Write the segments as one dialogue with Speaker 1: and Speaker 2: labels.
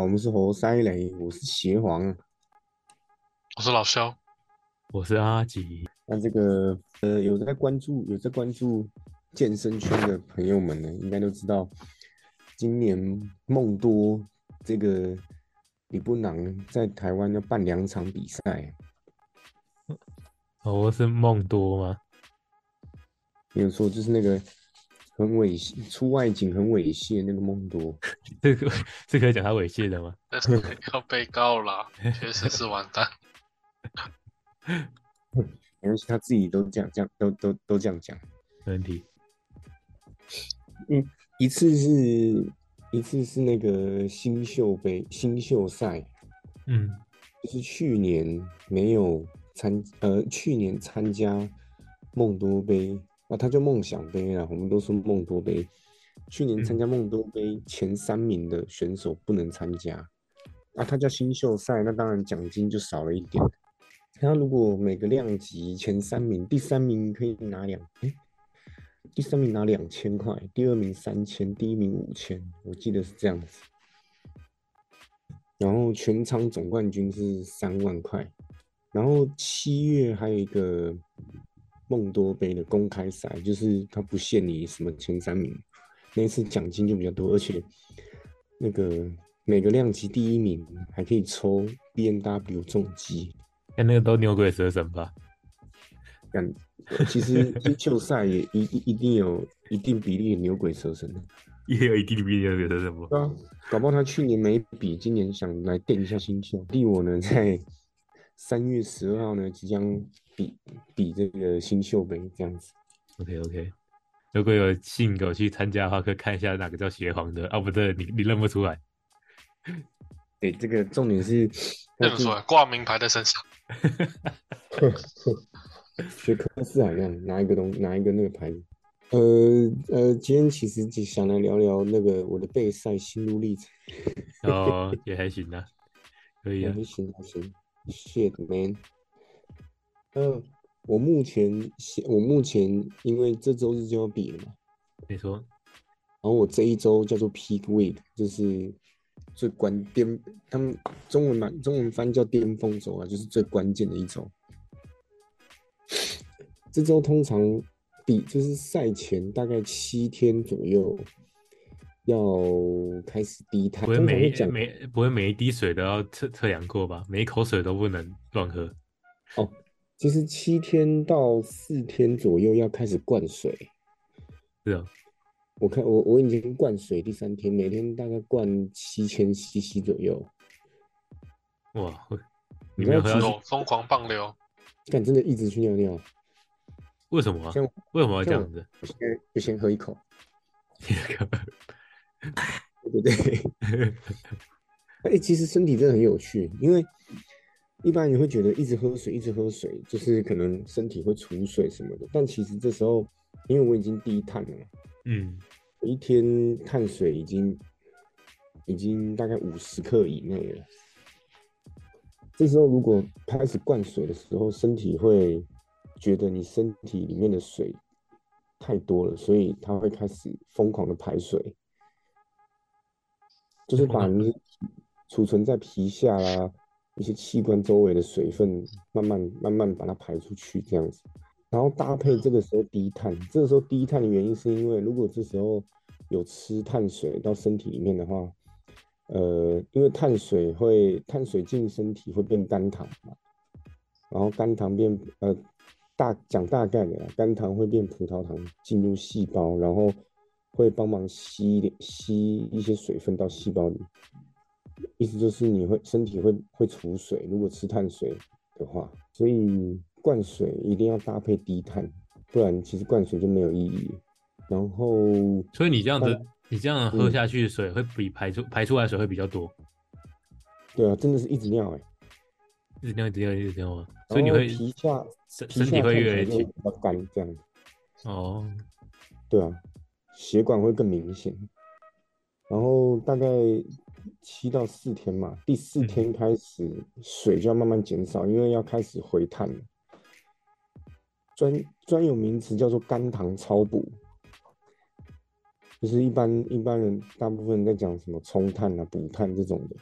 Speaker 1: 我们是活塞雷，我是邪皇啊。
Speaker 2: 我是老肖，
Speaker 3: 我是阿吉，
Speaker 1: 那这个呃，有在关注有在关注健身圈的朋友们呢，应该都知道，今年梦多这个李布朗在台湾要办两场比赛，
Speaker 3: 哦，我是梦多吗？
Speaker 1: 没有错，就是那个很猥亵出外景很猥亵那个梦多。
Speaker 3: 这个是可以讲他猥亵的吗？
Speaker 2: 但是 要被告啦，确实是完 蛋。
Speaker 1: 没关系，他自己都这样这样都都都这样讲。
Speaker 3: 没问题。
Speaker 1: 一次是一次是那个新秀杯新秀赛，
Speaker 3: 嗯，
Speaker 1: 就是去年没有参呃去年参加梦多杯啊，他叫梦想杯啦，我们都说梦多杯。去年参加梦多杯前三名的选手不能参加，啊，他叫新秀赛，那当然奖金就少了一点。他如果每个量级前三名，第三名可以拿两，诶第三名拿两千块，第二名三千，第一名五千，我记得是这样子。然后全场总冠军是三万块，然后七月还有一个梦多杯的公开赛，就是他不限你什么前三名，那一次奖金就比较多，而且那个每个量级第一名还可以抽 B N W 重机。
Speaker 3: 看那个都牛鬼蛇神吧？
Speaker 1: 感其实新秀赛也一一一定有一定比例的牛鬼蛇神的，
Speaker 3: 也有一定比牛鬼蛇神不？
Speaker 1: 对啊，搞不好他去年没比，今年想来垫一下新秀。弟我呢，在三月十二号呢，即将比比这个新秀杯这样子。
Speaker 3: OK OK，如果有信狗去参加的话，可以看一下哪个叫邪皇的啊？不对，你你认不出来。
Speaker 1: 对，这个重点是
Speaker 2: 认不出来，挂名牌在身上，
Speaker 1: 学科斯海量拿一个东拿一个那个牌子。呃呃，今天其实就想来聊聊那个我的备赛心路历程，
Speaker 3: 哦，也还行啊，可以啊
Speaker 1: 还。行还行，shit man。嗯，我目前我目前因为这周日就要比了嘛，
Speaker 3: 你
Speaker 1: 啊
Speaker 3: 说
Speaker 1: 然后我这一周叫做 peak week，就是最关巅，他们中文版中文翻叫巅峰周啊，就是最关键的一周。这周通常比就是赛前大概七天左右要开始低碳，
Speaker 3: 不会
Speaker 1: 通常
Speaker 3: 每
Speaker 1: 会
Speaker 3: 一
Speaker 1: 讲
Speaker 3: 每不会每一滴水都要测测量过吧？每一口水都不能乱喝。
Speaker 1: 哦，其实七天到四天左右要开始灌水。
Speaker 3: 是哦，
Speaker 1: 我看我我已经灌水第三天，每天大概灌七千 CC 左右。
Speaker 3: 哇，会
Speaker 1: 你
Speaker 3: 你
Speaker 1: 不
Speaker 3: 没
Speaker 1: 要
Speaker 3: 有喝
Speaker 1: 急
Speaker 3: 到？
Speaker 2: 有疯狂放流，
Speaker 1: 但真的一直去尿尿，
Speaker 3: 为什么啊？
Speaker 1: 像我
Speaker 3: 为什么要这
Speaker 1: 像
Speaker 3: 样子？
Speaker 1: 先就先喝一口，对不 对？哎、其实身体真的很有趣，因为一般你会觉得一直喝水，一直喝水，就是可能身体会储水什么的。但其实这时候，因为我已经低碳了嘛，
Speaker 3: 嗯，
Speaker 1: 我一天碳水已经已经大概五十克以内了。这时候如果开始灌水的时候，身体会觉得你身体里面的水太多了，所以它会开始疯狂的排水，就是把
Speaker 3: 疯狂
Speaker 1: 你储存在皮下啦、一些器官周围的水分，慢慢慢慢把它排出去，这样子。然后搭配这个时候低碳，这个时候低碳的原因是因为，如果这时候有吃碳水到身体里面的话，呃，因为碳水会碳水进身体会变肝糖嘛，然后肝糖变呃大讲大概的啦，肝糖会变葡萄糖进入细胞，然后会帮忙吸一点吸一些水分到细胞里，意思就是你会身体会会储水，如果吃碳水的话，所以灌水一定要搭配低碳，不然其实灌水就没有意义。然后
Speaker 3: 所以你这样子
Speaker 1: 哦，
Speaker 3: 你这样喝下去的水会比排出排出来的水会比较多，
Speaker 1: 对啊，真的是一直尿哎、
Speaker 3: 一直尿一直尿一直尿啊，
Speaker 1: 然
Speaker 3: 所以你
Speaker 1: 后
Speaker 3: 会
Speaker 1: 哦皮下
Speaker 3: 身
Speaker 1: 皮
Speaker 3: 身
Speaker 1: 下
Speaker 3: 体会
Speaker 1: 看
Speaker 3: 越来
Speaker 1: 起来就
Speaker 3: 越
Speaker 1: 会
Speaker 3: 轻
Speaker 1: 比较干这样，
Speaker 3: 哦，
Speaker 1: 对啊，血管会更明显。然后大概七到四天嘛，第四
Speaker 3: 嗯
Speaker 1: 天开始水就要慢慢减少，因为要开始回碳了。专专有名词叫做肝糖超补，就是一般一般人大部分在讲什么冲碳啊、补碳这种的。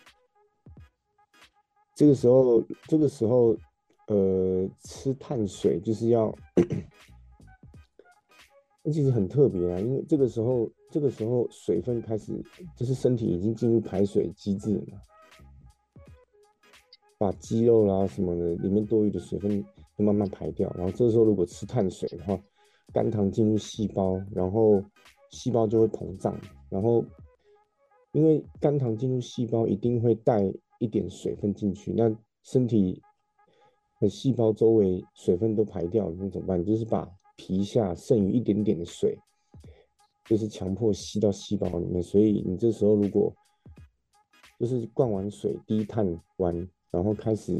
Speaker 1: 这个时候，这个时候，呃，吃碳水就是要，那其实很特别啊，因为这个时候，这个时候水分开始，就是身体已经进入排水机制了嘛，把肌肉啦什么的里面多余的水分就慢慢排掉，然后这时候如果吃碳水的话，肝糖进入细胞，然后细胞就会膨胀，然后因为肝糖进入细胞一定会带一点水分进去，那身体的细胞周围水分都排掉了，那怎么办？就是把皮下剩余一点点的水，就是强迫吸到细胞里面，所以你这时候如果就是灌完水低碳完，然后开始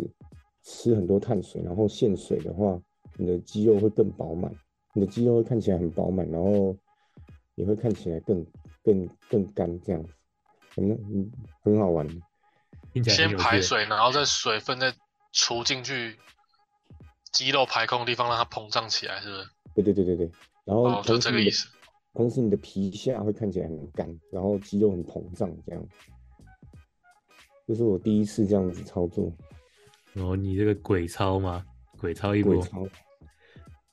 Speaker 1: 吃很多碳水，然后限水的话，你的肌肉会更饱满。你的肌肉会看起来很饱满，然后也会看起来更更更干这样子，很嗯很好玩。
Speaker 3: 听起来很
Speaker 2: 先
Speaker 3: 有
Speaker 2: 排
Speaker 3: 趣
Speaker 2: 水，然后再水分再除进去，肌肉排空的地方让它膨胀起来，是不是？
Speaker 1: 对对对对对，然后
Speaker 2: 哦，就
Speaker 1: 同时
Speaker 2: 这个
Speaker 1: 你
Speaker 2: 意
Speaker 1: 的
Speaker 2: 思。
Speaker 1: 同时你的皮下会看起来很干，然后肌肉很膨胀这样。这是我第一次这样子操作
Speaker 3: 然后哦你这个鬼操吗？鬼操一波
Speaker 1: 鬼，操。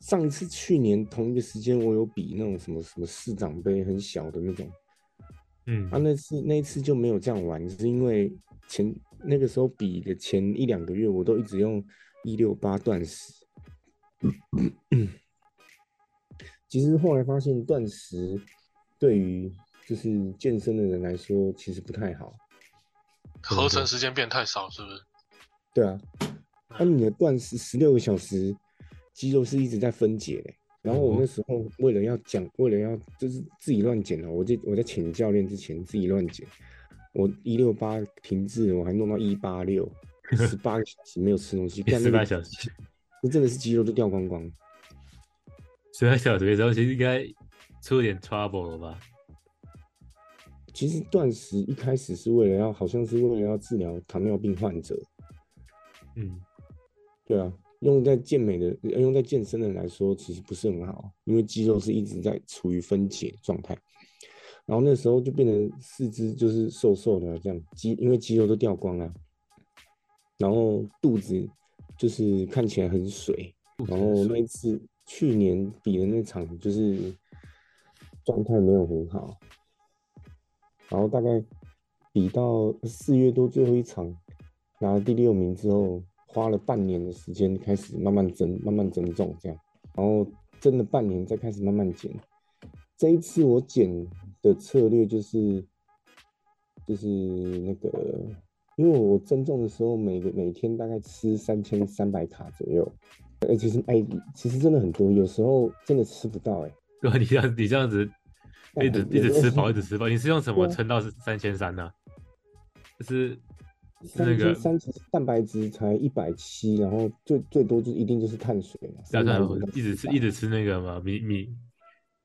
Speaker 1: 上一次去年同一个时间，我有比那种什么什么市长杯很小的那种，
Speaker 3: 嗯
Speaker 1: 啊，那次那一次就没有这样玩，是因为前那个时候比的前一两个月，我都一直用一六八断食。其实后来发现断食对于就是健身的人来说，其实不太好。
Speaker 2: 合成时间变太少，是不是？
Speaker 1: 对啊，那、你的断食十六个小时，肌肉是一直在分解的。然
Speaker 3: 嗯
Speaker 1: 后我那时候为了要讲，为了要就是自己乱减了，哦我就我在请教练之前自己乱减，我一六八停滞，我还弄到一八 六，十八个小时没有吃东西，干那
Speaker 3: 十
Speaker 1: 个
Speaker 3: 八小时，
Speaker 1: 那真的是肌肉都掉光光。
Speaker 3: 十八小时的时候其实应该出点 trouble 了吧？
Speaker 1: 其实断食一开始是为了要，好像是为了要治疗糖尿病患者，
Speaker 3: 嗯，
Speaker 1: 对啊，用在健美的，呃用在健身的人来说，其实不是很好，因为肌肉是一直在处于分解的状态。然后那时候就变成四肢就是瘦瘦的这样，肌因为肌肉都掉光了，然后肚子就是看起来很水。然后那一次去年比的那场就是状态没有很好，然后大概比到四月多最后一场拿了第六名之后，花了半年的时间开始慢慢增慢慢增重这样，然后增了半年再开始慢慢减。这一次我减的策略就是就是那个，因为我增重的时候每个每天大概吃三千三百卡左右。哎、其实哎、其实真的很多，有时候真的吃不到哎、
Speaker 3: 对啊，你这样你这样子一直
Speaker 1: 哎
Speaker 3: 一直
Speaker 1: 有时候
Speaker 3: 吃饱，一直吃饱，你是用什么
Speaker 1: 对啊
Speaker 3: 撑到三千三呢？就是是
Speaker 1: 三
Speaker 3: 那个
Speaker 1: 千三其实蛋白质才一百七，然后最最多就一定就是碳水了，
Speaker 3: 打算
Speaker 1: 350到
Speaker 3: 啊一直吃
Speaker 1: 400
Speaker 3: 一直吃那个嘛米米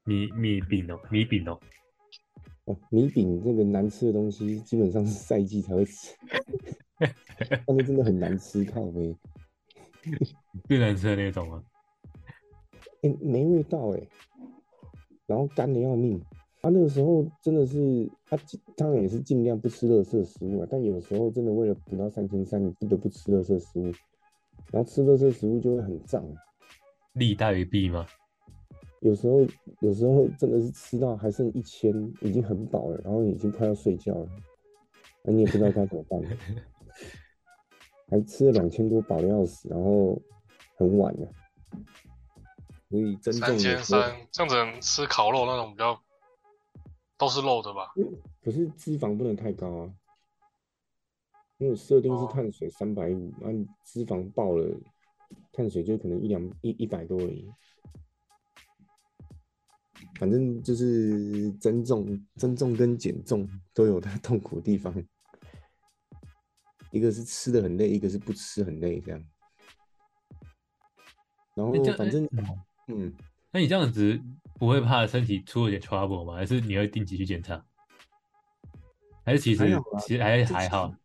Speaker 3: 米米饼哦，米饼哦，
Speaker 1: 哦，米饼这个难吃的东西，基本上是赛季才会 吃，但是真的很难吃，靠呗，
Speaker 3: 越难吃的那种啊。
Speaker 1: 哎、没味道哎、然后干的要命。他、那个时候真的是，他、尽当然也是尽量不吃垃圾食物啊，但有时候真的为了补到三千三，你不得不吃垃圾食物，然后吃垃圾食物就会很胀、啊
Speaker 3: 利大于弊嘛，
Speaker 1: 有时候，有时候真的是吃到还剩一千，已经很饱了，然后已经快要睡觉了，那你也不知道该怎么办了还吃了两千多，饱的要死，然后很晚了，所以真正
Speaker 2: 三
Speaker 1: 的
Speaker 2: 千
Speaker 1: 时候
Speaker 2: 三，这样子能吃烤肉那种比较都是肉的吧？
Speaker 1: 可是脂肪不能太高啊，因为我设定是
Speaker 2: 哦
Speaker 1: 碳水三百五，那你脂肪爆了，碳水就可能一两一一百多而已。反正就是增重、增重跟减重都有它痛苦的地方，一个是吃的很累，一个是不吃很累这样。然后
Speaker 3: 那这样
Speaker 1: 哦反正
Speaker 3: 嗯
Speaker 1: 嗯，
Speaker 3: 那你这样子不会怕身体出了点 trouble 吗？还是你会定期去检查？还是其
Speaker 1: 还
Speaker 3: 实
Speaker 1: 好啦
Speaker 3: 其实还
Speaker 1: 这
Speaker 3: 还
Speaker 1: 其
Speaker 3: 好
Speaker 1: 实，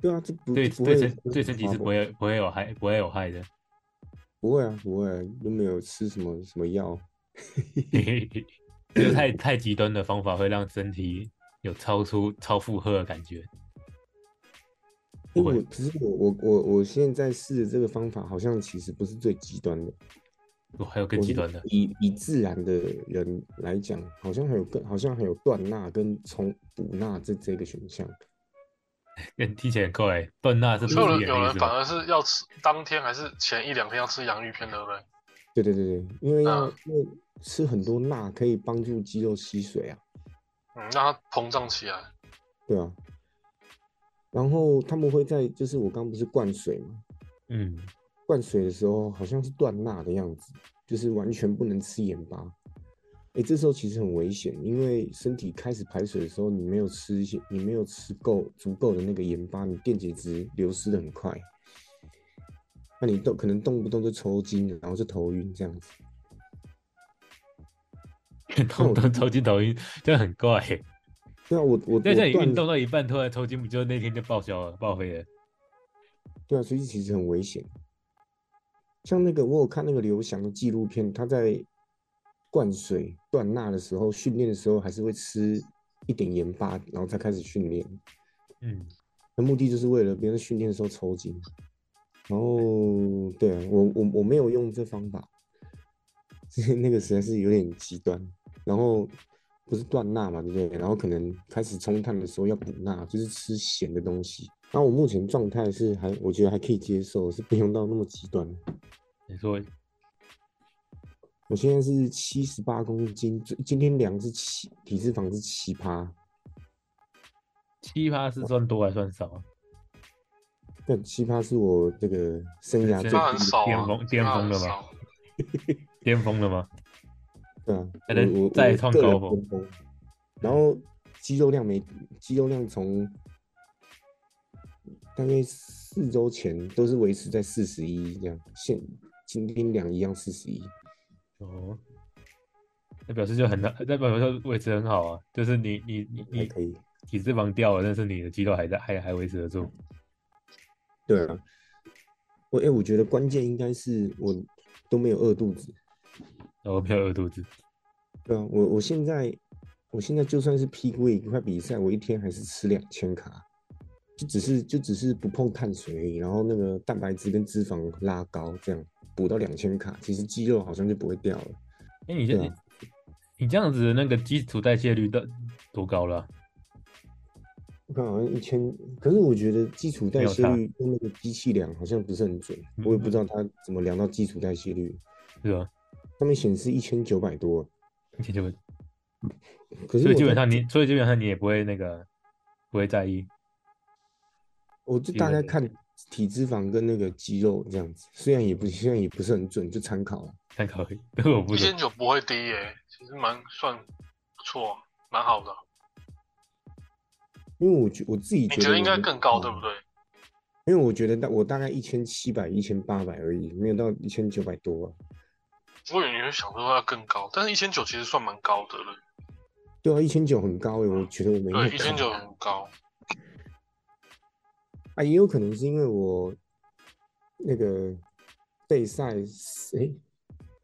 Speaker 1: 对啊，这不
Speaker 3: 对
Speaker 1: 这不
Speaker 3: 对
Speaker 1: 会
Speaker 3: 身对身体是不会不会有害不会有害的。
Speaker 1: 不会啊，不会啊，又没有吃什么什么药。
Speaker 3: 就太太极端的方法会让身体有超出超负荷的感觉。
Speaker 1: 因
Speaker 3: 会
Speaker 1: 为我可是我我我我现在试的这个方法，好像其实不是最极端的，
Speaker 3: 我还有更
Speaker 1: 我
Speaker 3: 极
Speaker 1: 是
Speaker 3: 端的，
Speaker 1: 以以自然的人来讲，好像还有更好像还有断钠跟重补钠这这个选项。
Speaker 3: 跟听起来很怪、欸。断钠是不
Speaker 2: 所以有
Speaker 3: 是
Speaker 2: 人有人反而是要吃当天还是前一两天要吃洋芋片，对不对？
Speaker 1: 对对对对，因为要、
Speaker 2: 嗯
Speaker 1: 因为吃很多钠可以帮助肌肉吸水啊，
Speaker 2: 嗯，让它膨胀起来。
Speaker 1: 对啊。然后他们会在就是我刚不是灌水嘛，
Speaker 3: 嗯，
Speaker 1: 灌水的时候好像是断钠的样子，就是完全不能吃盐巴。哎，这时候其实很危险，因为身体开始排水的时候，你没有吃一些，你没有吃够足够的那个盐巴，你电解质流失的很快。那你动可能动不动就抽筋，然后就头晕这样子。
Speaker 3: 动
Speaker 1: 嗯
Speaker 3: 不动抽筋头晕，这样很怪、欸。
Speaker 1: 对啊，我我我
Speaker 3: 在这里
Speaker 1: 断
Speaker 3: 运动到一半突然抽筋，不就那天就报销了，报废了？
Speaker 1: 对啊，所以其实很危险。像那个我有看那个刘翔的纪录片，他在灌水断钠的时候，训练的时候还是会吃一点盐巴，然后才开始训练。
Speaker 3: 嗯，
Speaker 1: 那目的就是为了别人训练的时候抽筋。然后，对啊，我我我没有用这方法， 那个实在是有点极端。然后不是断钠嘛，对不对？然后可能开始冲碳的时候要补钠，就是吃咸的东西。那我目前状态是还，我觉得还可以接受，是不用到那么极端。
Speaker 3: 你说
Speaker 1: 我现在是七十八公斤，最今天量是七，体脂肪是七趴，
Speaker 3: 七趴是算多还算少啊？
Speaker 1: 但七趴是我这个生涯最低
Speaker 3: 这
Speaker 2: 那很
Speaker 1: 的，
Speaker 2: 少
Speaker 3: 巅
Speaker 2: 啊
Speaker 3: 峰，巅
Speaker 2: 那
Speaker 3: 峰
Speaker 2: 很
Speaker 3: 了
Speaker 2: 少。
Speaker 3: 嘛巅峰了吗？
Speaker 1: 对啊，
Speaker 3: 还能
Speaker 1: 我我
Speaker 3: 再
Speaker 1: 我
Speaker 3: 创
Speaker 1: 个
Speaker 3: 高
Speaker 1: 人
Speaker 3: 峰
Speaker 1: 巅峰。然后肌肉量没，肌肉量从大概四周前都是维持在四十一这样，现今天量一样四十一。
Speaker 3: 哦，那表示就很，那表示说维持很好啊，就是你你你
Speaker 1: 还
Speaker 3: 你
Speaker 1: 可以。
Speaker 3: 体脂肪掉了，但是你的肌肉还在，还还维持得住。
Speaker 1: 对啊，我哎、我觉得关键应该是我都没有饿肚子。
Speaker 3: 然后没有饿肚子，
Speaker 1: 对啊，我我现在我现在就算是 P 过一块比赛，我一天还是吃两千卡，就只是就只是不碰碳水而已，然后那个蛋白质跟脂肪拉高，这样补到两千卡，其实肌肉好像就不会掉了。
Speaker 3: 哎、你这、
Speaker 1: 对啊
Speaker 3: 你这样子的那个基础代谢率到多高了啊、
Speaker 1: 我看好像一千，可是我觉得基础代
Speaker 3: 没有
Speaker 1: 谢
Speaker 3: 差
Speaker 1: 率用那个机器量好像不是很准，
Speaker 3: 嗯
Speaker 1: 我也不知道它怎么量到基础代谢率，
Speaker 3: 是吧？
Speaker 1: 上面显示一千九百多，
Speaker 3: 一千九百，
Speaker 1: 可是
Speaker 3: 所以
Speaker 1: 我
Speaker 3: 基本
Speaker 1: 在
Speaker 3: 上你，所以基本上你也不会那个，不会在意。
Speaker 1: 我就
Speaker 3: 肌
Speaker 1: 大
Speaker 3: 肉
Speaker 1: 概
Speaker 3: 的
Speaker 1: 看体脂肪跟那个肌肉这样子，虽然也不虽然也不是很准，就参考了。
Speaker 3: 参考 而已，但是我不
Speaker 2: 一
Speaker 3: 准
Speaker 2: 千。九不会低耶、其实蛮算不错，蛮好的。
Speaker 1: 因为我觉我自己
Speaker 2: 你
Speaker 1: 觉
Speaker 2: 觉
Speaker 1: 得
Speaker 2: 得应该
Speaker 1: 我
Speaker 2: 更高，对不？对？
Speaker 1: 因为我觉得大我大概一千七百、一千八百而已，没有到一千九百多、啊。
Speaker 2: 我以为你会想说要更高，但是一千九其实算蛮高的了。
Speaker 1: 对啊，一千九很高诶、我觉得我没那么
Speaker 2: 嗯对，一千
Speaker 1: 高
Speaker 2: 九很高。
Speaker 1: 啊，也有可能是因为我那个备赛诶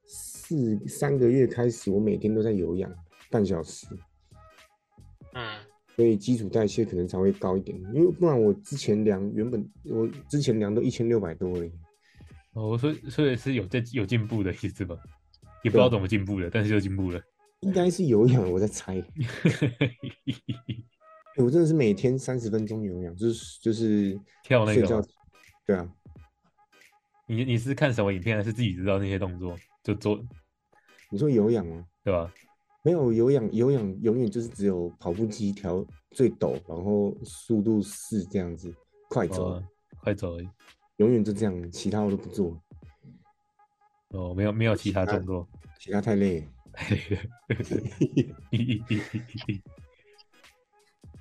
Speaker 1: 四三个月开始，我每天都在有氧半小时，
Speaker 2: 嗯，
Speaker 1: 所以基础代谢可能才会高一点。因为不然我之前量原本我之前量都一千六百多而已。
Speaker 3: 哦，所以所以是有在有进步的意思吧？也不知道怎么进步的，但是就进步了。
Speaker 1: 应该是有氧，我在 猜。欸我真的是每天三十分钟有氧，就是就是
Speaker 3: 跳哦那
Speaker 1: 睡
Speaker 3: 个
Speaker 1: 觉
Speaker 3: 吗，
Speaker 1: 对啊，
Speaker 3: 你你是看什么影片，还是自己知道那些动作就做，
Speaker 1: 你说有氧吗？
Speaker 3: 对吧？
Speaker 1: 没有有氧，有氧永远就是只有跑步机调最陡，然后速度四这样子，快走，
Speaker 3: 哦，快走而已。
Speaker 1: 永远就这样，其他我都不做，
Speaker 3: 哦，没有没有其他动作。
Speaker 1: 其他太累了。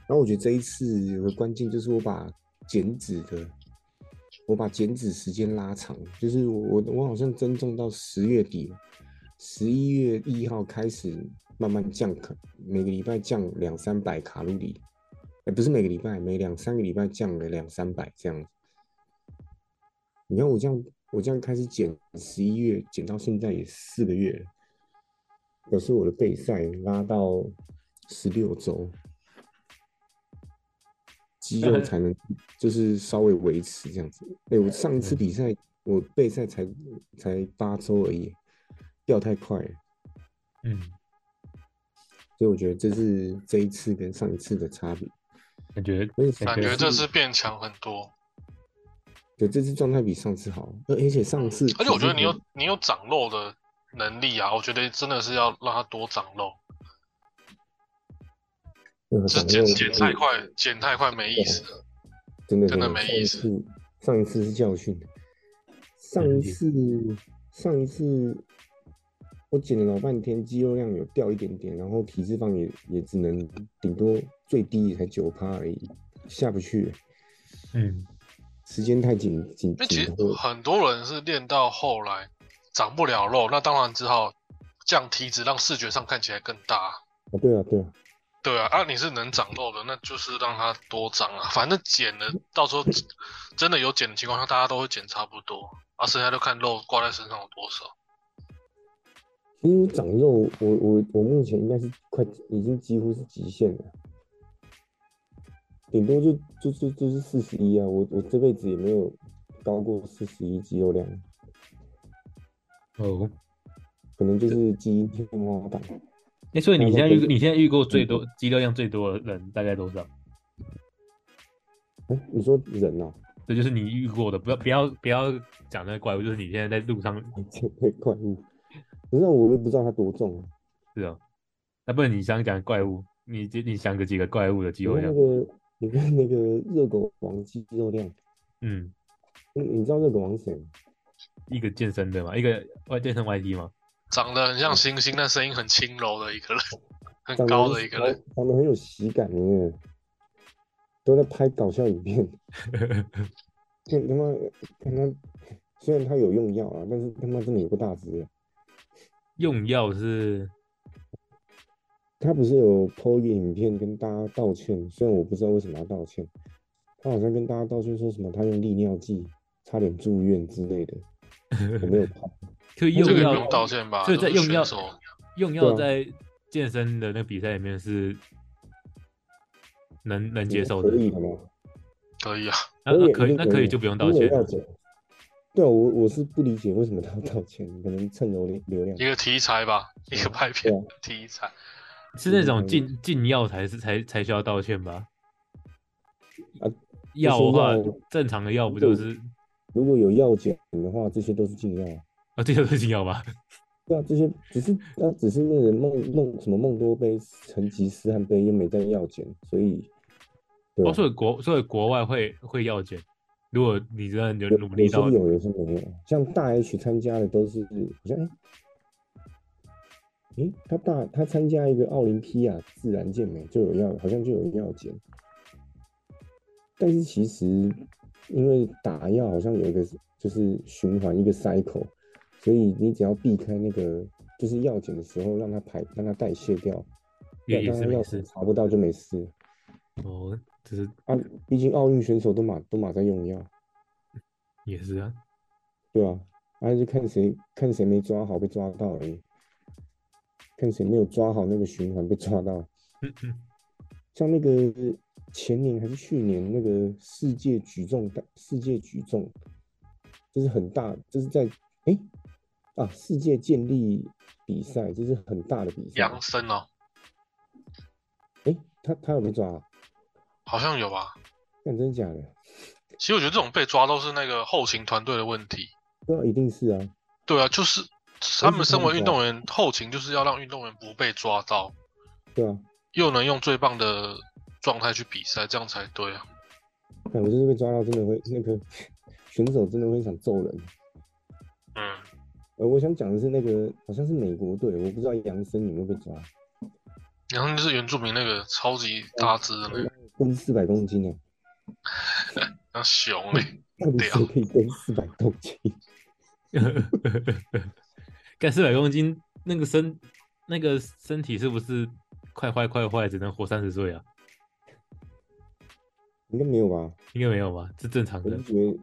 Speaker 1: 然后我觉得这一次有个关键就是我把减脂的，我把减脂时间拉长，就是我我我好像增重到十月底了，十一月一号开始慢慢降卡，每个礼拜降两三百卡路里，哎，不是每个礼拜，每两三个礼拜降了两三百这样子。你看我这样，我这样开始减，十一月减到现在也四个月了，可是我的备赛拉到十六周，肌肉
Speaker 2: 嗯
Speaker 1: 才能就是稍微维持这样子。哎、我上一
Speaker 2: 嗯
Speaker 1: 次比赛我备赛才才八周而已，掉太快了，
Speaker 3: 嗯，
Speaker 1: 所以我觉得这是这一次跟上一次的差别。
Speaker 3: 感觉
Speaker 1: 而且
Speaker 2: 感觉这
Speaker 1: 这
Speaker 2: 次变强很多，
Speaker 1: 对这次状态比上次好，而而且上次
Speaker 2: 嗯而且我觉得你
Speaker 1: 有。
Speaker 2: 有你有长肉的能力啊，我觉得真的是要让他多长肉，
Speaker 1: 嗯
Speaker 2: 这
Speaker 1: 反
Speaker 2: 减
Speaker 1: 正
Speaker 2: 减太
Speaker 1: 我
Speaker 2: 快，减太快没意思了。
Speaker 1: 真的
Speaker 2: 真的没
Speaker 1: 上一
Speaker 2: 意思
Speaker 1: 次上一次是教训，上一次
Speaker 2: 嗯
Speaker 1: 上一次我减了老半天，肌肉量有掉一点点，然后体脂肪也也只能顶多最低也才九趴而已，下不去，
Speaker 3: 嗯，
Speaker 1: 时间太紧紧
Speaker 2: 因为其
Speaker 1: 紧
Speaker 2: 实
Speaker 1: 迫，
Speaker 2: 很多人是练到后来长不了肉，那当然只好降体脂，让视觉上看起来更大。
Speaker 1: 啊对啊对啊，
Speaker 2: 对啊，啊你是能长肉的，那就是让它多长啊。反正减了，到时候真的有减的情况下，大家都会减差不多，啊，剩下就看肉挂在身上有多少。
Speaker 1: 因为我长肉，我我我目前应该是快已经几乎是极限了，顶多就就就就是四十一啊，我我这辈子也没有高过四十一肌肉量。
Speaker 3: 哦，
Speaker 1: 可能就是基因天花板。
Speaker 3: 哎，所以你现在遇
Speaker 1: 那个
Speaker 3: 你现在遇过
Speaker 1: 嗯
Speaker 3: 最多肌肉量最多的人大概多少？
Speaker 1: 哎、你说人哦、
Speaker 3: 这就是你遇过的，不要不要不要讲那个怪物，就是你现在在路上
Speaker 1: 这类怪物，可是我也不知道他多重啊。
Speaker 3: 是哦，那不然你想讲怪物，你你想个几个怪物的啊肌
Speaker 1: 你
Speaker 3: 肉
Speaker 1: 看
Speaker 3: 量
Speaker 1: 那？个，你看那个热狗王肌肉量，
Speaker 3: 嗯，
Speaker 1: 你你知道热狗王是谁吗？
Speaker 3: 一个健身的嘛，一个外健身 YT 嘛，
Speaker 2: 长得很像星星，但声音很轻柔的一个人， 很
Speaker 1: 长得
Speaker 2: 高
Speaker 1: 很
Speaker 2: 的一个
Speaker 1: 高
Speaker 2: 人。，
Speaker 1: 长得很有喜感的那个，都在拍搞笑影 片。看他妈，看他，虽然他有用药啊，但是他妈真的有个大只的。
Speaker 3: 用药是
Speaker 1: 他不是有 PO 一个影片跟大家道歉，虽然我不知道为什么要道歉，他好像跟大家道歉说什么他用利尿剂差点住院之类的，我 没有看。这
Speaker 3: 就用
Speaker 2: 这个也不
Speaker 3: 药
Speaker 2: 用道歉吧？
Speaker 3: 所以在
Speaker 2: 都是
Speaker 3: 用药
Speaker 2: 选手
Speaker 3: 用
Speaker 1: 对
Speaker 3: 药
Speaker 1: 啊
Speaker 3: 在健身的那个比赛里面是能能
Speaker 1: 你
Speaker 3: 接
Speaker 1: 们
Speaker 3: 受的
Speaker 1: 可，以的吗？
Speaker 2: 可以啊，
Speaker 3: 那
Speaker 1: 我
Speaker 3: 那
Speaker 1: 也
Speaker 3: 可以
Speaker 1: 一定
Speaker 3: 那
Speaker 1: 可
Speaker 3: 可
Speaker 1: 以
Speaker 3: 以
Speaker 1: 的
Speaker 3: 就不用道
Speaker 1: 如果
Speaker 3: 歉
Speaker 1: 要
Speaker 3: 了，
Speaker 1: 走，对啊，我我是不理解为什么他要道歉，可能蹭流量流量
Speaker 2: 一。个题材吧，一个拍片
Speaker 3: 啊
Speaker 2: 的题材。
Speaker 3: 是那种
Speaker 1: 嗯
Speaker 3: 禁禁药才是才才需要道歉吧？
Speaker 1: 啊
Speaker 3: 药的话
Speaker 1: 就是药，
Speaker 3: 正常的药不
Speaker 1: 对
Speaker 3: 就是
Speaker 1: 如果有药检的话，这些都是禁药啊。
Speaker 3: 啊？这个是禁药吧？
Speaker 1: 对啊，这些只是那、只是那个梦梦什么梦多杯、成吉思汗杯又没在药检，所以对啊
Speaker 3: 哦，所以国所以国外会会药检，如果你真的有
Speaker 1: 有
Speaker 3: 努力到
Speaker 1: 有些有，有些没有。像大 H 参加的都是好像，哎、诶他大他参加一个奥林匹亚自然健美就有药，好像就有药检。但是其实因为打药好像有一个就是循环一个 cycle，所以你只要避开那个就是药检的时候让它排让它代谢掉，
Speaker 3: 也也
Speaker 1: 让
Speaker 3: 是
Speaker 1: 它
Speaker 3: 没
Speaker 1: 药
Speaker 3: 事
Speaker 1: 查不到就没事
Speaker 3: 哦，就是
Speaker 1: 啊。毕竟奥运选手都马都马在用药。
Speaker 3: 也是啊，
Speaker 1: 对啊，还是看谁看谁没抓好被抓到而已，看谁没有抓好那个循环被抓到。
Speaker 3: 嗯嗯，
Speaker 1: 像那个前年还是去年那个世界举重大世界举重，就是很大，就是在哎啊世界健力比赛，就是很大的比赛。
Speaker 2: 杨森哦，
Speaker 1: 哎，他他有没有抓、啊？
Speaker 2: 好像有吧？
Speaker 1: 看真假的？
Speaker 2: 其实我觉得这种被抓都是那个后勤团队的问题。
Speaker 1: 对啊，一定是啊。
Speaker 2: 对啊，就是他们身为运
Speaker 1: 他们
Speaker 2: 动员，后勤就是要让运动员不被抓到，
Speaker 1: 对啊，
Speaker 2: 又能用最棒的状态去比赛，这样才对啊。
Speaker 1: 看我就是被抓到，真的会那个 选手真的会想揍人。
Speaker 2: 嗯，
Speaker 1: 呃，我想讲的是那个好像是美国队，我不知道杨森有没有被抓，
Speaker 2: 然后就是原住民那个超级大只的那个，
Speaker 1: 蹲四百公斤呢，
Speaker 2: 那熊欸嘞、
Speaker 1: 到底
Speaker 2: 啊
Speaker 1: 谁可以蹲四百公斤？
Speaker 3: 干四百公斤，那个身那个身体是不是快坏快坏，只能活三十岁啊？
Speaker 1: 应该没有吧？
Speaker 3: 应该没有吧？是正常
Speaker 1: 我
Speaker 3: 的
Speaker 1: 就。觉得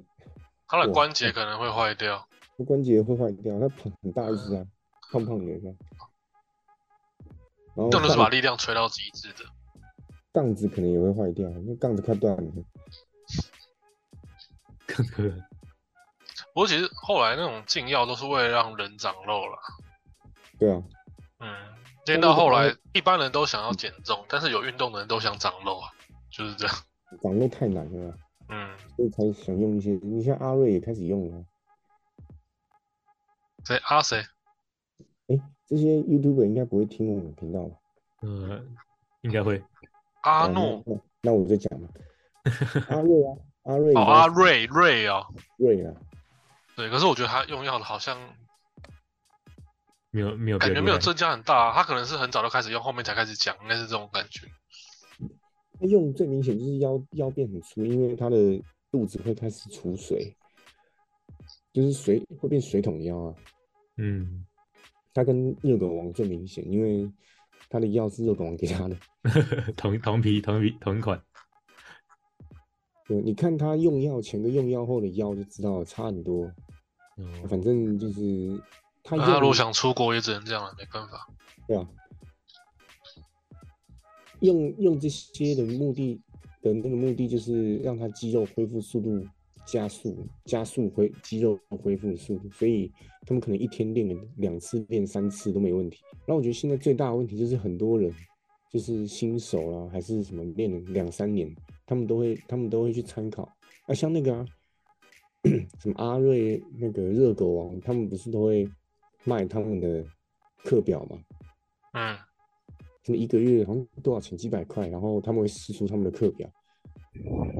Speaker 2: 他的
Speaker 1: 哇
Speaker 2: 关节可能会坏掉。
Speaker 1: 那关节会坏掉，他胖很大一只啊，胖胖的这样。然后
Speaker 2: 这种就是
Speaker 1: 杠
Speaker 2: 把力量吹到极致的。
Speaker 1: 杠子可能也会坏掉，因为杠子快断了。
Speaker 3: 更可能
Speaker 2: 不过其实后来那种禁药都是为了让人长肉啦。
Speaker 1: 对啊，
Speaker 2: 嗯，练到后
Speaker 1: 那如
Speaker 2: 来，一般人都想要减重，但是有运动的人都想长肉啊，就是这样。
Speaker 1: 长肉太难了啊，
Speaker 2: 嗯，
Speaker 1: 所以才想用一些。你像阿瑞也开始用了啊，
Speaker 2: 谁啊谁？
Speaker 1: 哎，这些 YouTuber 应该不会听我们频道吧？
Speaker 3: 嗯，应该会。
Speaker 2: 阿
Speaker 1: 哦
Speaker 2: 诺
Speaker 1: 那那那我就讲了，阿瑞啊，阿瑞你
Speaker 2: 哦，
Speaker 1: 知道
Speaker 2: 阿瑞瑞哦，
Speaker 1: 瑞啊，
Speaker 2: 对。可是我觉得他用药的好像
Speaker 3: 没有没有比
Speaker 2: 感
Speaker 3: 较厉害，
Speaker 2: 觉哎没有增加很大啊，他可能是很早就开始用，后面才开始讲，应该是这种感觉。
Speaker 1: 他用最明显就是腰腰变很粗，因为他的肚子会开始储水，就是水会变水桶腰啊。
Speaker 3: 嗯，
Speaker 1: 他跟热狗王最明显，因为他的药是热狗王给他的。
Speaker 3: 同同皮同皮同款，哦
Speaker 1: 对，你看他用药前跟用药后的药就知道差很多。
Speaker 3: 哦，
Speaker 1: 反正就是他
Speaker 2: 那
Speaker 1: 用，
Speaker 2: 他啊如果想出国，也只能这样了，没办法。
Speaker 1: 对啊，用用这些的目的的那个目的就是让他肌肉恢复速度加速，加速恢肌肉恢复速度，所以他们可能一天练个两次、练三次都没问题。然后我觉得现在最大的问题就是很多人就是新手啦，还是什么练了两三年，他们都会他们都会去参考啊，像那个啊， 什么阿瑞那个热狗王，他们不是都会卖他们的课表嘛？
Speaker 2: 嗯，
Speaker 1: 什么一个月好像多少钱几百块，然后他们会试出他们的课表。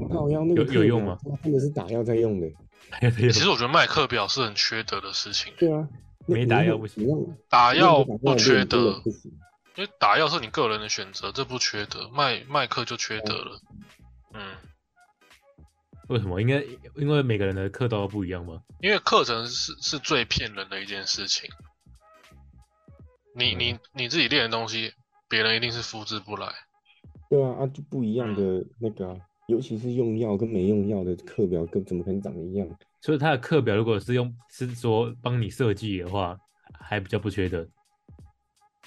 Speaker 1: 靠腰那个
Speaker 3: 有
Speaker 1: 课
Speaker 3: 有
Speaker 1: 表
Speaker 3: 用吗？
Speaker 1: 他们是打药在用的。
Speaker 3: 还有
Speaker 2: 其实我觉得卖课表是很缺德的事情，
Speaker 1: 对啊，那
Speaker 3: 没
Speaker 1: 你
Speaker 3: 打
Speaker 1: 让
Speaker 3: 药不行
Speaker 1: 你让你
Speaker 2: 打
Speaker 1: 让
Speaker 2: 药
Speaker 1: 他
Speaker 2: 不
Speaker 1: 打
Speaker 2: 缺
Speaker 1: 练真的
Speaker 2: 德，
Speaker 1: 不行。
Speaker 2: 因为打药是你个人的选择，这不缺德，卖卖课就缺德了。嗯，
Speaker 3: 为什么？应该因为每个人的课都不一样吗？
Speaker 2: 因为课程是是最骗人的一件事情。
Speaker 1: 嗯
Speaker 2: 你你你自己练的东西，别人一定是复制不来。
Speaker 1: 对啊，啊就不一样的那个啊、尤其是用药跟没用药的课表，跟怎么可能长得一样？
Speaker 3: 所以他的课表如果是用是说帮你设计的话，还比较不缺德。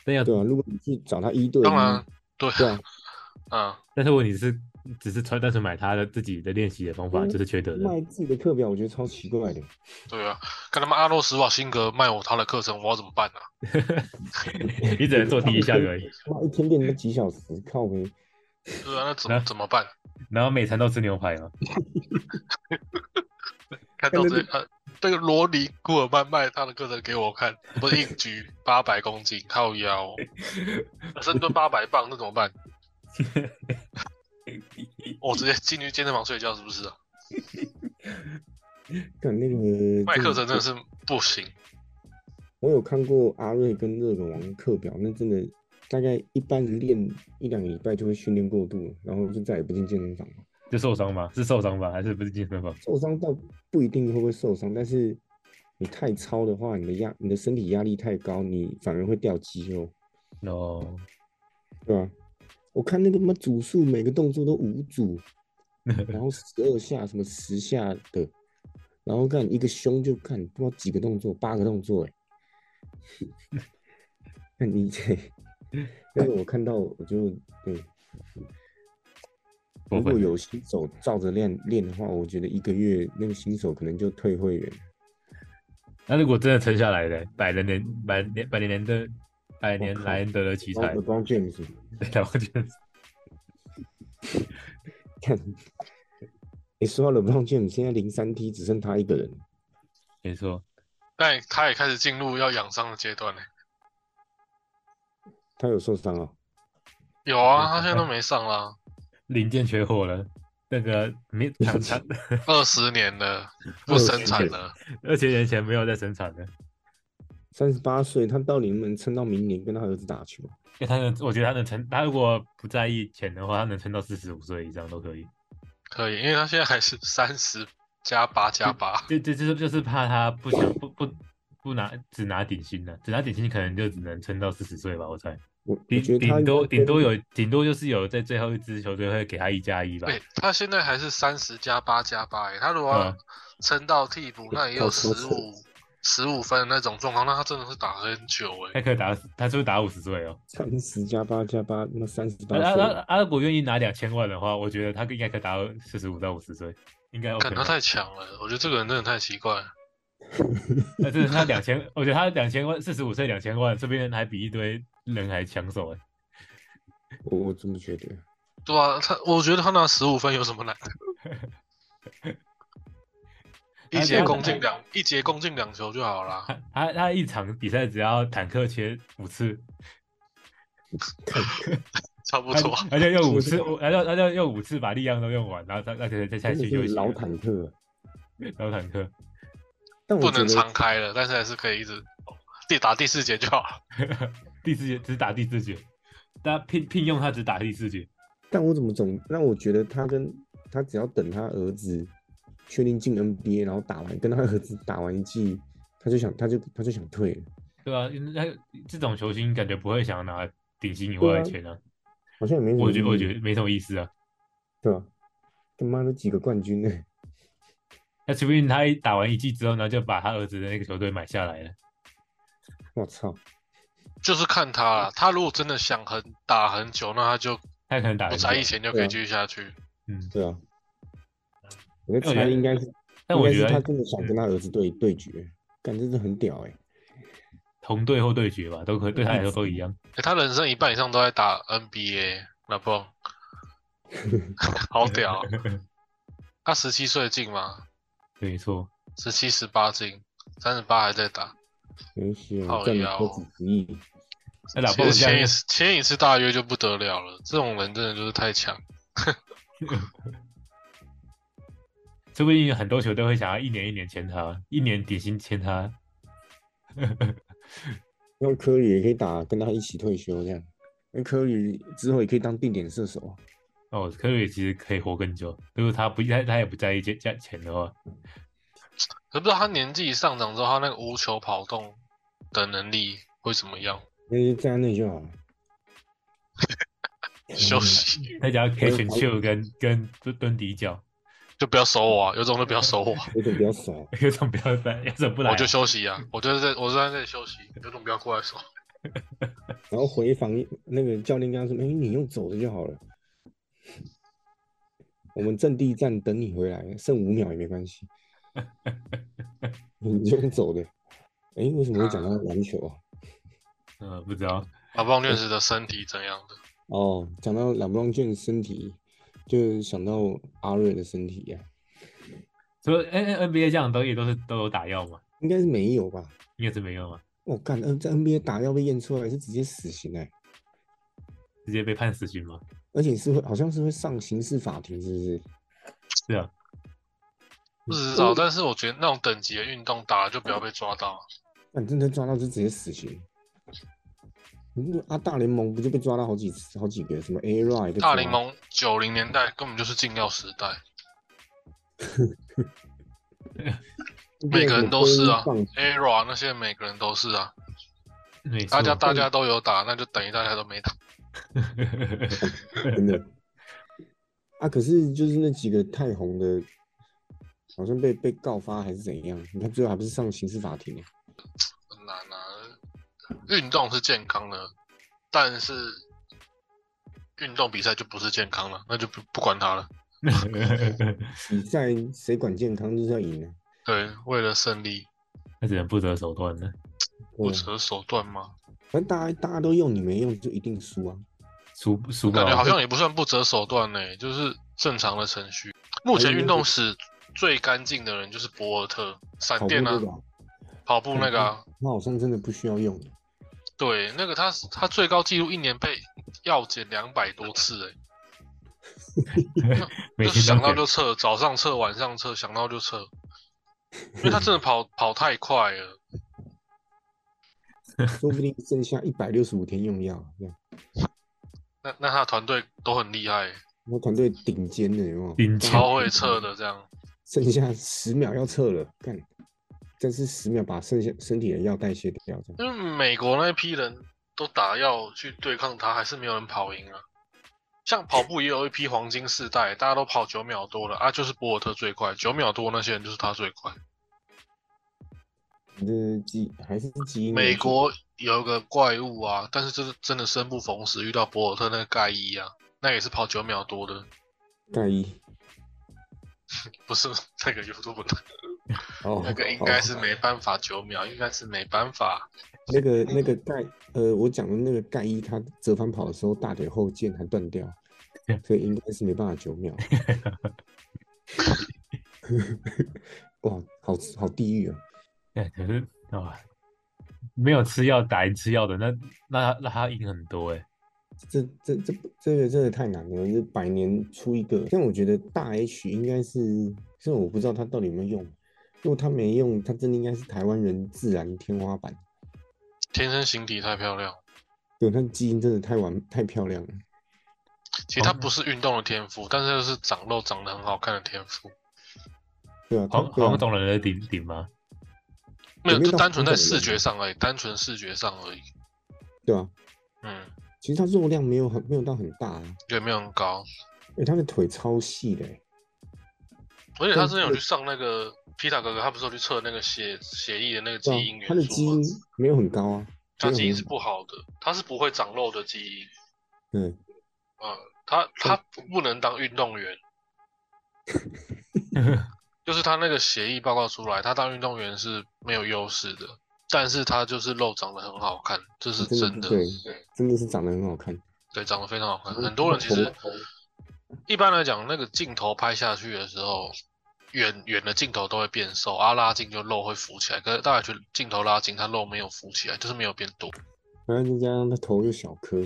Speaker 3: 但要
Speaker 1: 对啊，如果你去找他一对一，
Speaker 2: 当然，对，
Speaker 1: 对啊，
Speaker 2: 嗯，
Speaker 3: 但是问题是只是穿单纯买他的自己的练习的方法，
Speaker 1: 嗯
Speaker 3: 这是缺德的。
Speaker 1: 卖自己的课表，我觉得超奇怪的。
Speaker 2: 对啊，看他妈阿诺施瓦辛格卖我他的课程，我要怎么办呢、啊？
Speaker 3: 你只能做第一项而已，
Speaker 1: 哇，一天练那几小时，靠呗。
Speaker 2: 对啊，那怎
Speaker 3: 那
Speaker 2: 么怎么办？
Speaker 3: 然后每餐都吃牛排嘛。
Speaker 2: 看到这呃，这个罗尼库尔曼卖他的课程给我看，不是硬 举八百公斤，靠腰、深蹲八百磅，那怎么 办？我直接进去健身房睡觉，是不是、啊？
Speaker 1: 看那个
Speaker 2: 卖课程真
Speaker 1: 这
Speaker 2: 的是不行。
Speaker 1: 我有看过阿瑞跟热狗王的课表，那真的大概一般练一两个礼拜就会训练过度，然后就再也不进健身房了。
Speaker 3: 就受伤吗？是受伤吧？还是不是健身房？
Speaker 1: 受伤倒不一定会不会受伤，但是你太超的话，你的压你的身体压力太高，你反而会掉肌肉，
Speaker 3: 哦，
Speaker 1: 对吧、我看那个什么组数，每个动作都五 组，然后十二下什么十下的，然后干一个胸就干不知道几个动作，八个动作哎、 那你这，那个我看到我就对，
Speaker 3: 过
Speaker 1: 如果
Speaker 3: 分。
Speaker 1: 有新手照着练练的话，我觉得一个月那个新手可能就退会员。
Speaker 3: 那如果真的撑下来的，百人年百年百年年的百年
Speaker 1: 我靠
Speaker 3: 莱恩德的奇才
Speaker 1: 然后，LeBron James 嘛
Speaker 3: 然后就
Speaker 1: 看，你说到 LeBron James 现在零三 T 只剩他一个人，
Speaker 3: 没错，
Speaker 2: 但他也开始进入要养伤的阶段了。欸
Speaker 1: 他有受伤啊、哦？
Speaker 2: 有啊，他现在都没上 啦，
Speaker 3: 零件缺货了，那个没厂厂，
Speaker 2: 二十年了，不生产了。
Speaker 3: 二十年前没有在生产的。
Speaker 1: 三十八岁，他到底能不能撑到明年跟他儿子打球？啊
Speaker 3: 因为他能，我觉得他能撑，他如果不在意钱的话，他能撑到四十五岁以上都可以。
Speaker 2: 可以，因为他现在还是三十加八加八。
Speaker 3: 就就就是就是怕他不想不不不拿只拿顶薪了、只拿顶薪可能就只能撑到四十岁吧，我猜。
Speaker 1: 我我
Speaker 3: 顶
Speaker 1: 觉得他
Speaker 3: 顶
Speaker 1: 应该
Speaker 3: 多
Speaker 1: 跟
Speaker 3: 顶多有顶多就是有在最后一支球队会给他一加一吧。
Speaker 2: 对，他现在还是三十加八加八，他如果
Speaker 3: 对啊
Speaker 2: 要撑到替补，那也有
Speaker 1: 靠
Speaker 2: 十
Speaker 1: 超扯
Speaker 2: 五十五分的那种状况，那他真的是打很久诶、
Speaker 3: 他可以打，他是不是打五十岁哦？
Speaker 1: 三十加八加八，那三十
Speaker 3: 阿
Speaker 1: 八
Speaker 3: 阿
Speaker 1: 岁，
Speaker 3: 阿阿如果愿意拿两千万的话，我觉得他应该可以打到四十五到五十岁，应该
Speaker 2: 看
Speaker 3: OK 吧。
Speaker 2: 他太强了，我觉得这个人真的太奇怪了。
Speaker 3: 但是他两千，我觉得他两千万，四十五岁两千万，这边还比一堆人还抢手哎。
Speaker 1: 我我这么觉得。
Speaker 2: 对啊，他我觉得他拿十五分有什么难的？一节攻进两一节攻进两球就好啦。
Speaker 3: 他他他一场比赛只要坦克切五次，
Speaker 2: 差不
Speaker 3: 他
Speaker 2: 多。
Speaker 3: 他就用五次，他就他就用五次把力量都用完，然后他他可以再下
Speaker 1: 真的
Speaker 3: 去
Speaker 1: 是
Speaker 3: 休息
Speaker 1: 老
Speaker 3: 了。
Speaker 1: 坦克， 啊
Speaker 3: 老坦克，
Speaker 1: 但
Speaker 2: 不
Speaker 1: 我觉
Speaker 2: 能
Speaker 1: 得
Speaker 2: 常开了，但是还是可以一直第打第四节就好了。
Speaker 3: 第四节只打第四节，他聘聘用他只打第四节，
Speaker 1: 但我怎么总让我觉得他跟他只要等他儿子确定进 NBA，然后打完跟他儿子打完一季，他就想他就他就想退了。
Speaker 3: 对吧、啊？他这种球星感觉不会想要拿顶薪以外的钱啊，
Speaker 1: 好像也没什么
Speaker 3: 我
Speaker 1: 意
Speaker 3: 觉
Speaker 1: 义
Speaker 3: 得我觉得没什么意思啊。
Speaker 1: 对吧？他妈的几个冠军呢、
Speaker 3: 那除非他一打完一季之后呢，就把他儿子的那个球队买下来了。
Speaker 1: 我操！
Speaker 2: 就是看他啦，他如果真的想很打很久，那他就
Speaker 3: 他可能打
Speaker 2: 不
Speaker 3: 得
Speaker 2: 在
Speaker 3: 久
Speaker 2: 意前就可以继续下去。
Speaker 3: 嗯，
Speaker 1: 对啊，我
Speaker 3: 哎我
Speaker 1: 在
Speaker 3: 觉
Speaker 1: 猜
Speaker 3: 得
Speaker 1: 应该是，
Speaker 3: 但我
Speaker 1: 应该
Speaker 3: 觉
Speaker 1: 是他
Speaker 3: 得
Speaker 1: 真的想跟他儿子对对决，感真的很屌哎、
Speaker 3: 同队或对决吧，都可对他来说都 一样。
Speaker 2: 诶欸他人生一半以上都在打 NBA，那不， 好屌啊！他十七岁进嘛，
Speaker 3: 没错，
Speaker 2: 十七十八进，三十八还在打。
Speaker 1: 没事，
Speaker 2: 好
Speaker 1: 赚
Speaker 2: 呀
Speaker 1: 了多几十亿，
Speaker 3: 那哎老
Speaker 2: 其
Speaker 3: 鲍
Speaker 2: 实
Speaker 3: 这
Speaker 2: 前一
Speaker 3: 样，
Speaker 2: 次前一次大约就不得了了，这种人真的就是太强。
Speaker 3: 说不定有很多球队会想要一年一年签他，一年底薪签他。
Speaker 1: 让科里也可以打，跟他一起退休这样。那科里之后也可以当定点射手啊，
Speaker 3: 哦，科瑞其实可以活更久，如果他不他他也不在意价价钱的话，
Speaker 2: 可不知道他年纪上涨之后，他那个无球跑动的能力会怎么样？
Speaker 1: 那就站在那里就好了。
Speaker 2: 休息
Speaker 3: 他只要 catch and chill 跟跟蹲蹲底角，
Speaker 2: 就不要守我、啊，有种就不要守我啊、
Speaker 1: 有点比较少，
Speaker 3: 有种不要在，有种不来啊、
Speaker 2: 我就休息啊，我就在我就在这里休息，有种不要过来守。
Speaker 1: 然后回防那个教练跟他说：“哎、你用走的就好了，我们阵地战等你回来，剩五秒也没关 系，你就用走的。”哎、为什么会讲到篮球啊？
Speaker 3: 嗯不知道，
Speaker 2: 阿邦律师的身体怎样的？
Speaker 1: 哦，讲到 LeBron James 身体，就想到阿瑞的身体啊呀、
Speaker 3: 所以 N N B A 这样都也都是都有打药嘛，
Speaker 1: 应该是没有吧？
Speaker 3: 应该是没有嘛，
Speaker 1: 我、干，呃在 NBA 打要被验出来是直接死刑哎、
Speaker 3: 直接被判死刑嘛。
Speaker 1: 而且是会好像是会上刑事法庭，是不是？
Speaker 3: 是啊，
Speaker 2: 不知道，但是我觉得那种等级的运动打了就不要被抓到。
Speaker 1: 反正他抓到就直接死刑。嗯啊，大联盟不就被抓到好几次、好几个？什么 A r i
Speaker 2: 大联盟九零年代根本就是禁药时代，每个人都是啊，ERA 那些每个人都是啊，
Speaker 3: 没
Speaker 2: 大家
Speaker 3: 错
Speaker 2: 大家都有打，那就等于大家都没打。
Speaker 1: 真的。啊，可是就是那几个太红的，好像被被告发还是怎样？你看最后还不是上刑事法庭、啊？
Speaker 2: 很难啊。运动是健康的，但是运动比赛就不是健康了，那就不不管它了。
Speaker 1: 比赛谁管健康就是要赢啊！
Speaker 2: 对，为了胜利
Speaker 3: 他只能不择手段了。
Speaker 2: 不
Speaker 1: 对啊
Speaker 2: 择手段吗？
Speaker 1: 反正大家大家都用，你没用就一定输啊！
Speaker 3: 输输不
Speaker 2: 感觉
Speaker 3: 好
Speaker 2: 好像也不算不择手段呢、就是正常的程序。目前运动史最干净的人就是博尔特，闪
Speaker 1: 跑步
Speaker 2: 电啊
Speaker 1: 这，个啊，
Speaker 2: 跑步那个啊，
Speaker 3: 嗯
Speaker 1: 那好像真的不需要 用。
Speaker 2: 对，那个他他最高纪录一年被药检两百多次、欸，
Speaker 3: 每
Speaker 2: 就
Speaker 3: 天
Speaker 2: 想到
Speaker 3: 都给
Speaker 2: 就测，早上测，晚上测，想到就测，因为他真的跑 跑太快了。
Speaker 1: 说不定剩下一百六十五天用药，啊这样。
Speaker 2: 那那他的团队都很厉害，
Speaker 3: 嗯
Speaker 1: 我团队顶尖的有没有？
Speaker 3: 顶尖
Speaker 2: 超会测的，这样
Speaker 1: 剩下十秒要测了，干，但是十秒把剩下身体的药代谢掉，这样。
Speaker 2: 因为美国那一批人都打药去对抗他，还是没有人跑赢啊。像跑步也有一批黄金世代，大家都跑九秒多了啊，就是博尔特最快，九秒多那些人就是他最快。
Speaker 1: 你这基还是基因的
Speaker 2: 美
Speaker 1: 基
Speaker 2: 国有一个怪物啊，但是这是真的生不逢时，遇到博尔特那个盖伊啊，那也是跑九秒多的，
Speaker 1: 盖伊
Speaker 2: 不是那个 YouTube 的，
Speaker 1: 哦，
Speaker 2: 那个应该是没办法九秒，应该是没办法。
Speaker 1: 那个那个盖呃，我讲的那个盖伊，他折返跑的时候大腿后腱还断掉，所以应该是没办法九秒。哇，好好地狱啊！
Speaker 3: 哎，可是啊，没有吃药打赢吃药的，那那他那他赢很多哎、
Speaker 1: 这这这这个真的太难了，这百年出一个。但我觉得大 H 应该是，虽然我不知道他到底有没有用，如果他没用，他真的应该是台湾人自然天花板。
Speaker 2: 天生形体太漂亮，
Speaker 1: 对，他的基因真的太完太漂亮了。
Speaker 2: 其实他
Speaker 3: 哦
Speaker 2: 不是运动的天
Speaker 1: 哦
Speaker 2: 赋，但是就是长肉长得很好看的天赋。
Speaker 1: 对啊，他
Speaker 3: 黄
Speaker 1: 对啊
Speaker 3: 黄种人的顶顶吗？
Speaker 2: 没有，
Speaker 1: 没有
Speaker 2: 就
Speaker 1: 到
Speaker 2: 单纯在
Speaker 1: 很懂
Speaker 2: 视
Speaker 1: 人
Speaker 2: 觉上而已，单纯视觉上而已。
Speaker 1: 对啊，
Speaker 2: 嗯，
Speaker 1: 其实他肉量没有很没有到很大啊，
Speaker 2: 也没有很高，
Speaker 1: 哎、他的腿超细的、欸，
Speaker 2: 而且他
Speaker 1: 但
Speaker 2: 之
Speaker 1: 这
Speaker 2: 前有
Speaker 1: 个
Speaker 2: 去上那个皮塔哥哥，他不是有去测那个血血液的那个基
Speaker 1: 对啊
Speaker 2: 因元素
Speaker 1: 他
Speaker 2: 吗？
Speaker 1: 的基因没有很高啊，
Speaker 2: 他
Speaker 1: 没有
Speaker 2: 基因
Speaker 1: 很
Speaker 2: 是不好的，他是不会长肉的基因。
Speaker 1: 对，
Speaker 2: 嗯，他他不能当运动 员，就是他那个协议报告出来，他当运动员是没有优势的，但是他就是肉长得很好看，这是
Speaker 1: 真的
Speaker 2: 真的。
Speaker 1: 对真的是长得很好看。
Speaker 2: 对，长得非常好看。
Speaker 1: 嗯
Speaker 2: 很多人其
Speaker 1: 那
Speaker 2: 实
Speaker 1: 头
Speaker 2: 一般来讲，那个镜头拍下去的时候，远远的镜头都会变瘦，啊拉近就肉会浮起来。可是大家觉得镜头拉近，它肉没有浮起来，就是没有变多。
Speaker 1: 然后再加上他头又小颗，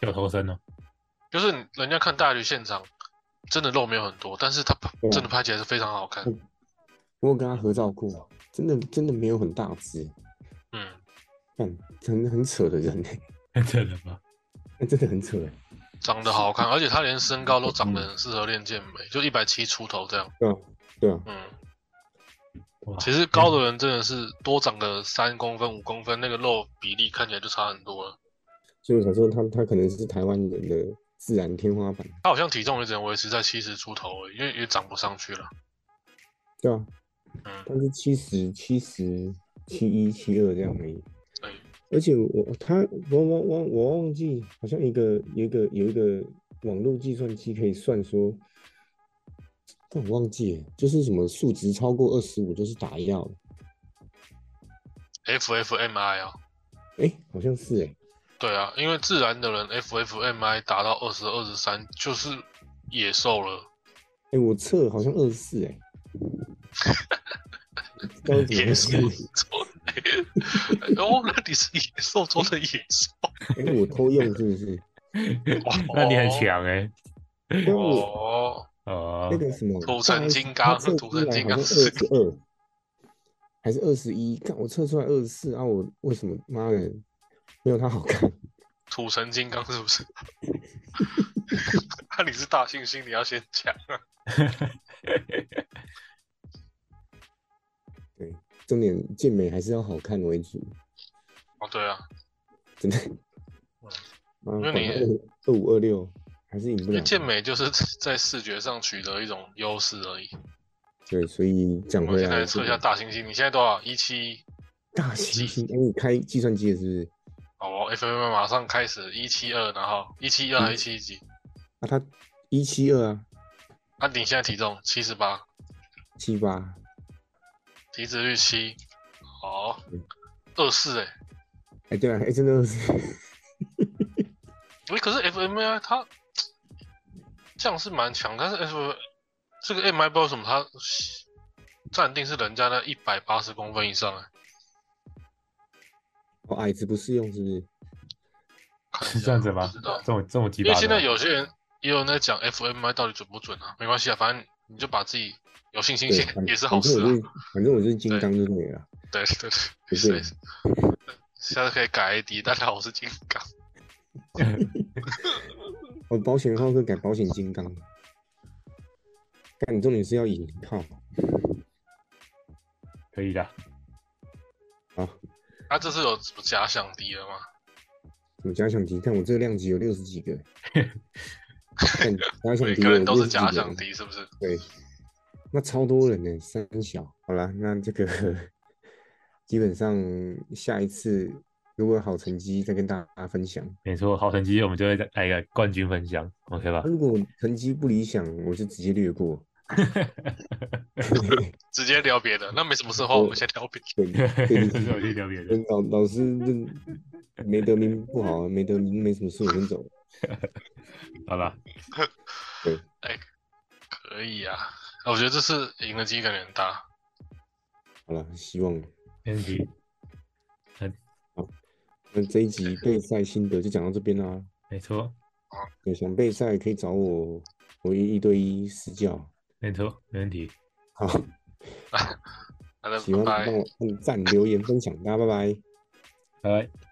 Speaker 3: 有头身哦，
Speaker 2: 就是你人家看大鱼现场，真的肉没有很多，但是他拍
Speaker 1: 对啊
Speaker 2: 真的拍起来是非常好看。
Speaker 1: 我有跟他合照过，真的真的没有很大只，
Speaker 2: 嗯，
Speaker 1: 看很很扯的人、 欸，
Speaker 3: 真的吗？
Speaker 1: 那真的很扯、欸，
Speaker 2: 长得好看，而且他连身高都长得很适合练健美，就一百七出头这样。
Speaker 1: 对啊对啊，
Speaker 2: 嗯，
Speaker 3: 哇，
Speaker 2: 其实高的人真的是多长个三公分、五公分，那个肉比例看起来就差很多了。
Speaker 1: 所以我想说他他可能是台湾人的自然天花板，
Speaker 2: 他好像体重也只能维持在七十出头而已，因为也长不上去了。
Speaker 1: 对啊，
Speaker 2: 嗯，
Speaker 1: 但是七十七十七一七二这样而已。
Speaker 2: 对，
Speaker 1: 而且我他我我我我忘记，好像一个有一个有一个网络计算器可以算说，但我忘记了，就是什么数值超过二十五就是打药了。
Speaker 2: FFMI 啊，
Speaker 1: 哎、好像是哎、
Speaker 2: 对啊，因为自然的人 FFMI 达到二十二十三就是野兽了，
Speaker 1: 哎、我测好像二十四 哎，到底怎么
Speaker 2: 野
Speaker 1: 回
Speaker 2: 兽
Speaker 1: 事？
Speaker 2: 中的哦，那你是野兽中的野兽，
Speaker 1: 哎、我偷用是不 是？
Speaker 3: 那你很强哎、
Speaker 1: 因为我
Speaker 2: 哦，
Speaker 3: 哦，
Speaker 1: 那个什么
Speaker 2: 土城金
Speaker 1: 大
Speaker 2: 刚
Speaker 1: S 她测
Speaker 2: 土城金刚
Speaker 1: 出来好像二十二还是二十一？看我测出来二十四啊，我为什么妈的没有他好看？
Speaker 2: 土城金刚是不 是？那、你是大猩猩，你要先讲啊。
Speaker 1: 对，重点健美还是要好看为主，
Speaker 2: 哦，对啊，
Speaker 1: 真的。妈
Speaker 2: 因为嗯你
Speaker 1: 二五二六还是赢不
Speaker 2: 因为
Speaker 1: 了。
Speaker 2: 健美就是在视觉上取得一种优势而已。
Speaker 1: 对，所以讲
Speaker 3: 啊
Speaker 2: 我们
Speaker 1: 回
Speaker 2: 现
Speaker 1: 来，
Speaker 2: 在测一下大猩猩，你现在多少？一七
Speaker 1: 大猩猩，哎、你开计算机了是不是？
Speaker 2: 哦，FMI 马上开始一七二，然后一七二还一七几？
Speaker 1: 啊，他一七二啊，
Speaker 2: 那、你现在体重七十八，
Speaker 1: 七八，
Speaker 2: 体脂率七，哦
Speaker 1: 嗯，
Speaker 2: 二四哎，
Speaker 1: 哎，对啊，哎、真的是，
Speaker 2: 诶，可是 FMI 它这样是蛮强，但是 F 这个 MI 不知道为什么它暂定是人家那一百八十公分以上哎，
Speaker 1: 哦，矮子不适用是不是？
Speaker 2: 看一
Speaker 3: 是
Speaker 2: 下
Speaker 3: 这样子吗
Speaker 2: 不知道？
Speaker 3: 这么这么鸡
Speaker 2: 因为
Speaker 3: 巴的啊
Speaker 2: 现在有些人也有人在讲 FMI 到底准不准啊，没关系啊，反正你就把自己有信心
Speaker 1: 对，
Speaker 2: 些
Speaker 1: 反
Speaker 2: 也是
Speaker 1: 反
Speaker 2: 好
Speaker 1: 正
Speaker 2: 事
Speaker 1: 我
Speaker 2: 啊
Speaker 1: 就。是反正我就是金刚就对了啦，
Speaker 2: 对对
Speaker 1: 不
Speaker 2: 对，
Speaker 1: 对
Speaker 2: 是。下次可以改 ID，大家好，我是金刚。
Speaker 1: 我保险号可以改保险金刚。但你重点是要赢，靠！
Speaker 3: 可以的，
Speaker 2: 他、啊这次有什么假想敌了吗？
Speaker 1: 我假想敌，看我这个量级有六十几个， 看假想
Speaker 2: 每
Speaker 1: 敌
Speaker 2: 个
Speaker 1: 有
Speaker 2: 人都
Speaker 1: 60
Speaker 2: 是
Speaker 1: 几
Speaker 2: 假
Speaker 1: 个
Speaker 2: 想敌，是不是？
Speaker 1: 对，那超多人呢、三小。好了，那这个基本上下一次如果有好成绩再跟大家分享。
Speaker 3: 没错，好成绩我们就会再来一个冠军分享，OK 吧
Speaker 1: 啊、？如果成绩不理想，我就直接略过。
Speaker 2: 直接聊别的，那没什么事的话，我们先聊别的。
Speaker 1: 对对 对
Speaker 3: 这是我
Speaker 1: 对
Speaker 3: 去聊别人。
Speaker 1: 老老师这没得名不好啊，没得名没什么事，我先走了。
Speaker 3: 好吧，
Speaker 2: 可以啊，啊我觉得这次赢的机会感觉很大。
Speaker 1: 好了，希望
Speaker 3: 没问题，
Speaker 1: 那这一集备赛心得就讲到这边啦、
Speaker 3: 没错，
Speaker 1: 对，想备赛可以找我，我一一对一私教。
Speaker 3: 没错，没问题。
Speaker 1: 好，
Speaker 2: 好的，
Speaker 1: 喜欢
Speaker 2: 拜
Speaker 1: 帮
Speaker 2: 拜。
Speaker 1: 我按赞、留言、分享，大家拜拜。
Speaker 3: 拜拜。